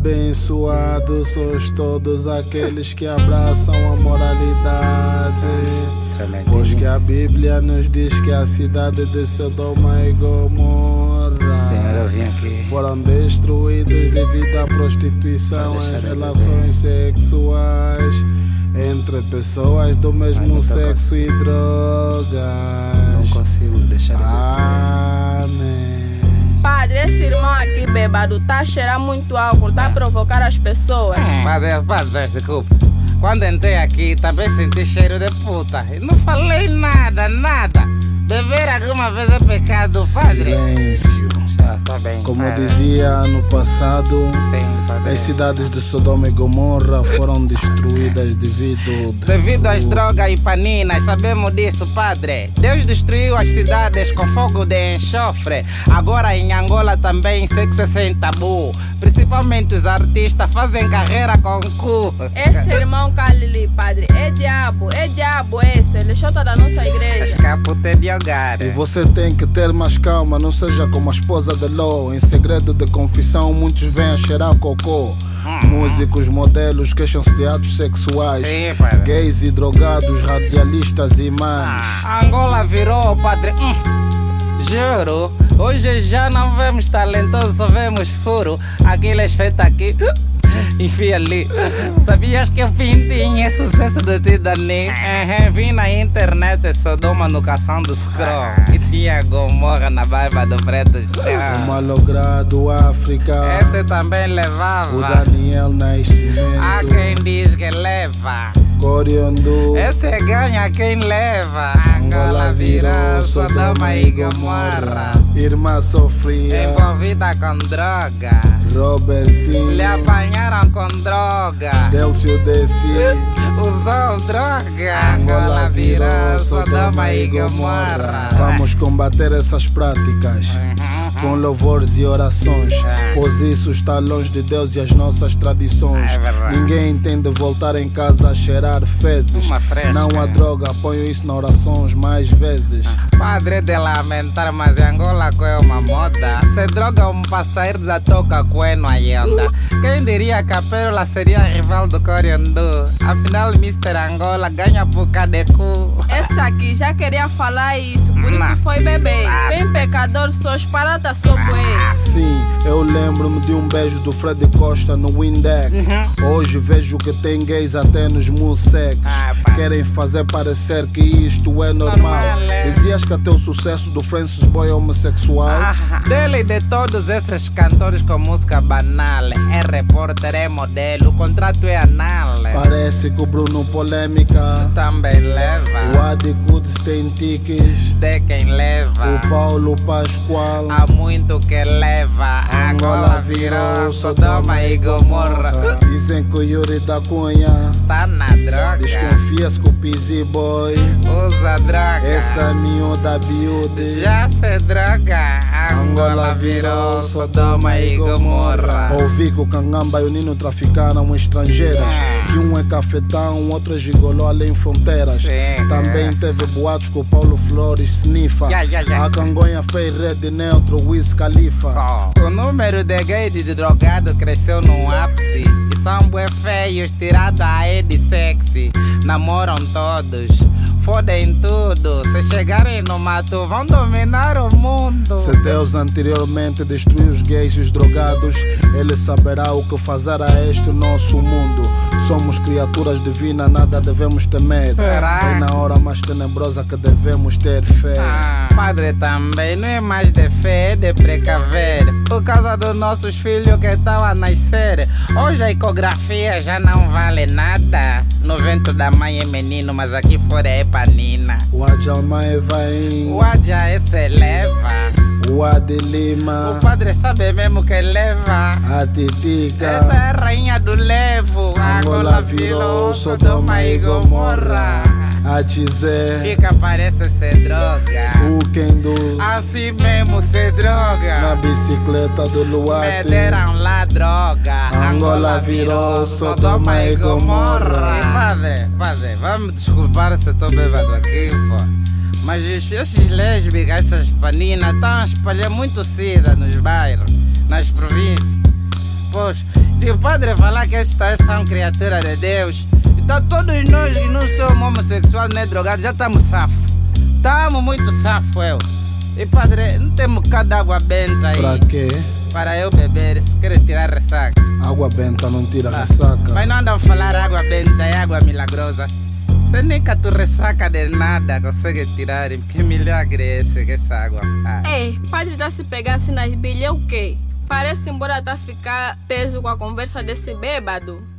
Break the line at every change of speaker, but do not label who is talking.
Abençoados sois todos aqueles que abraçam a moralidade. Pois que a Bíblia nos diz que a cidade de Sodoma e Gomorra
Senhor, eu vim aqui.
foram destruídos devido à prostituição
Pode deixar
em
de
relações sexuais entre pessoas do
não
mesmo
tô
sexo e
Não
drogas.
consigo deixar de
Amém.
Padre, esse irmão aqui bêbado tá a cheirar muito álcool, tá a provocar as pessoas.
Padre, padre, é, desculpa. Quando entrei aqui, também senti cheiro de puta. E não falei nada, nada. Beber alguma vez é pecado, padre.
Silêncio.
Ah, tá bem.
Como
padre.
dizia ano passado,
Sim, tá padre.
as cidades de Sodoma e Gomorra foram destruídas devido.
Devido às drogas e paninas, sabemos disso, padre. Deus destruiu as cidades com fogo de enxofre. Agora em Angola também sexo é sem tabu. Principalmente os artistas fazem carreira com cu.
Esse irmão Kalili, padre, é diabo, é diabo esse, ele é chota da nossa igreja.
Escapute de hogar.
E você tem que ter mais calma, não seja como a esposa de Ló. Em segredo de confissão, muitos vêm a cheirar cocô.
Uhum.
Músicos, modelos, queixam-se de atos sexuais.
Sim, padre.
Gays e drogados, radialistas e mais.
Angola virou, padre. Hum. Juro, hoje já não vemos talentoso, só vemos furo. Aqueles feito aqui, hum. enfia ali. Sabias que o Pintinho é sucesso do Tidani? Uhum, vi na internet é Sodoma no cação do Scroll. E tinha Gomorra na barba do preto
O
chão.
malogrado África,
Esse também
o
levava.
Daniel
Há
Nascimento,
Ah, quem diz que leva.
Coriandu.
Esse ganha quem leva. Angola virou Sodoma e Gomorra.
Irmã Sofia,
Envolvida com droga. Le
Robertinho,
apanharam com droga.
Delcio Desi.
Usou droga. Angola virou Sodoma e Gomorra. Uhum.
Vamos combater essas práticas com louvores e orações, pois isso está longe de Deus e as nossas tradições.
É verdade.
Ninguém entende voltar em casa a cheirar fezes.
Uma fresca.
Não há droga, ponho isso na orações mais vezes.
Padre de lamentar, mas em Angola que é uma moda. Se droga um para sair da toca bueno ainda. Quem diria que a Pérola seria rival do Coriandu? Afinal, Mr. Angola ganha boca de cu.
Esse aqui já queria falar isso, por isso
Não.
foi beber. Bem pecador, sois parada sou bué.
Sim, eu lembro-me de um beijo do Fred Costa no Windex. Hoje vejo que tem gays até nos musecs.
Uhum. Ah, pá.
Querem fazer parecer que isto é normal.
Normal, é.
Dizias que até o sucesso do Francis Boy é homossexual.
Ah, Dele e de todos esses cantores com música banal. É repórter, é modelo, o contrato é anal.
Parece que o Bruno Polêmica,
Também
o
leva,
Adi Goods tem tiques,
de quem leva.
o Paulo Pascoal.
Há muito que leva. Angola virou Sodoma e Gomorra.
Dizem que o Yuri da Cunha
Tá na droga,
desconfia-se que o Pizzy Boy.
usa droga.
Essa miúda beauty.
Já se droga. Angola virou Sodoma e Gomorra.
Ouvi que o Cangamba e o Nino traficaram estrangeiras. Que um é cafetão, outro é gigoló além fronteiras.
Sim. é.
Também teve boatos com o Paulo Flores Snifa.
Ya, ya, ya.
A Cangonha fez rede neutro, Wiz Khalifa.
O número de gays e de drogado cresceu num ápice. E são bué feios, tirado a de sexy. Namoram todos, fodem tudo. Se chegarem no mato, vão dominar o mundo.
Se Deus anteriormente destruiu os gays e os drogados, Ele saberá o que fazer a este nosso mundo. Somos criaturas divinas, nada devemos temer.
Será?
É na hora mais tenebrosa que devemos ter fé.
Ah, Padre também não é mais de fé, é de precaver. Por causa dos nossos filhos que estão a nascer. Hoje a ecografia já não vale nada. No vento da mãe é menino, mas aqui fora é panina.
O Adjalma Evaim.
O Adja é se leva.
O Adi Lima,
O padre sabe mesmo que leva.
a
Essa
Titica,
é a rainha do levo.
Angola
Angola
virou
virou
Sodoma e Gomorra, a Tizé,
Fica parece ser droga.
o Kendo,
Assim mesmo ser
na
droga.
bicicleta do Luate.
Perderam lá droga.
Angola virou Sodoma e Gomorra.
Padre, padre, vamos desculpar se estou bêbado aqui, pô. Mas es- esses lésbicas, essas paninas, estão a espalhar muito sida nos bairros, nas províncias. Pois, se o padre falar que estas são criaturas de Deus, então todos nós que não somos homossexuais nem drogados já estamos safos. Estamos muito safos, eu. E padre, não tem um bocado de água benta aí
Pra quê?
para eu beber, quero tirar ressaca.
Água benta não tira ressaca.
Ah. Mas não andam a falar água benta é água milagrosa. Você nem que tu ressaca de nada consegue tirar, que milagre é esse que essa água Ah. faz?
Ei, padre tá se pegar assim nas bilhas o quê? Parece embora tá ficar teso com a conversa desse bêbado.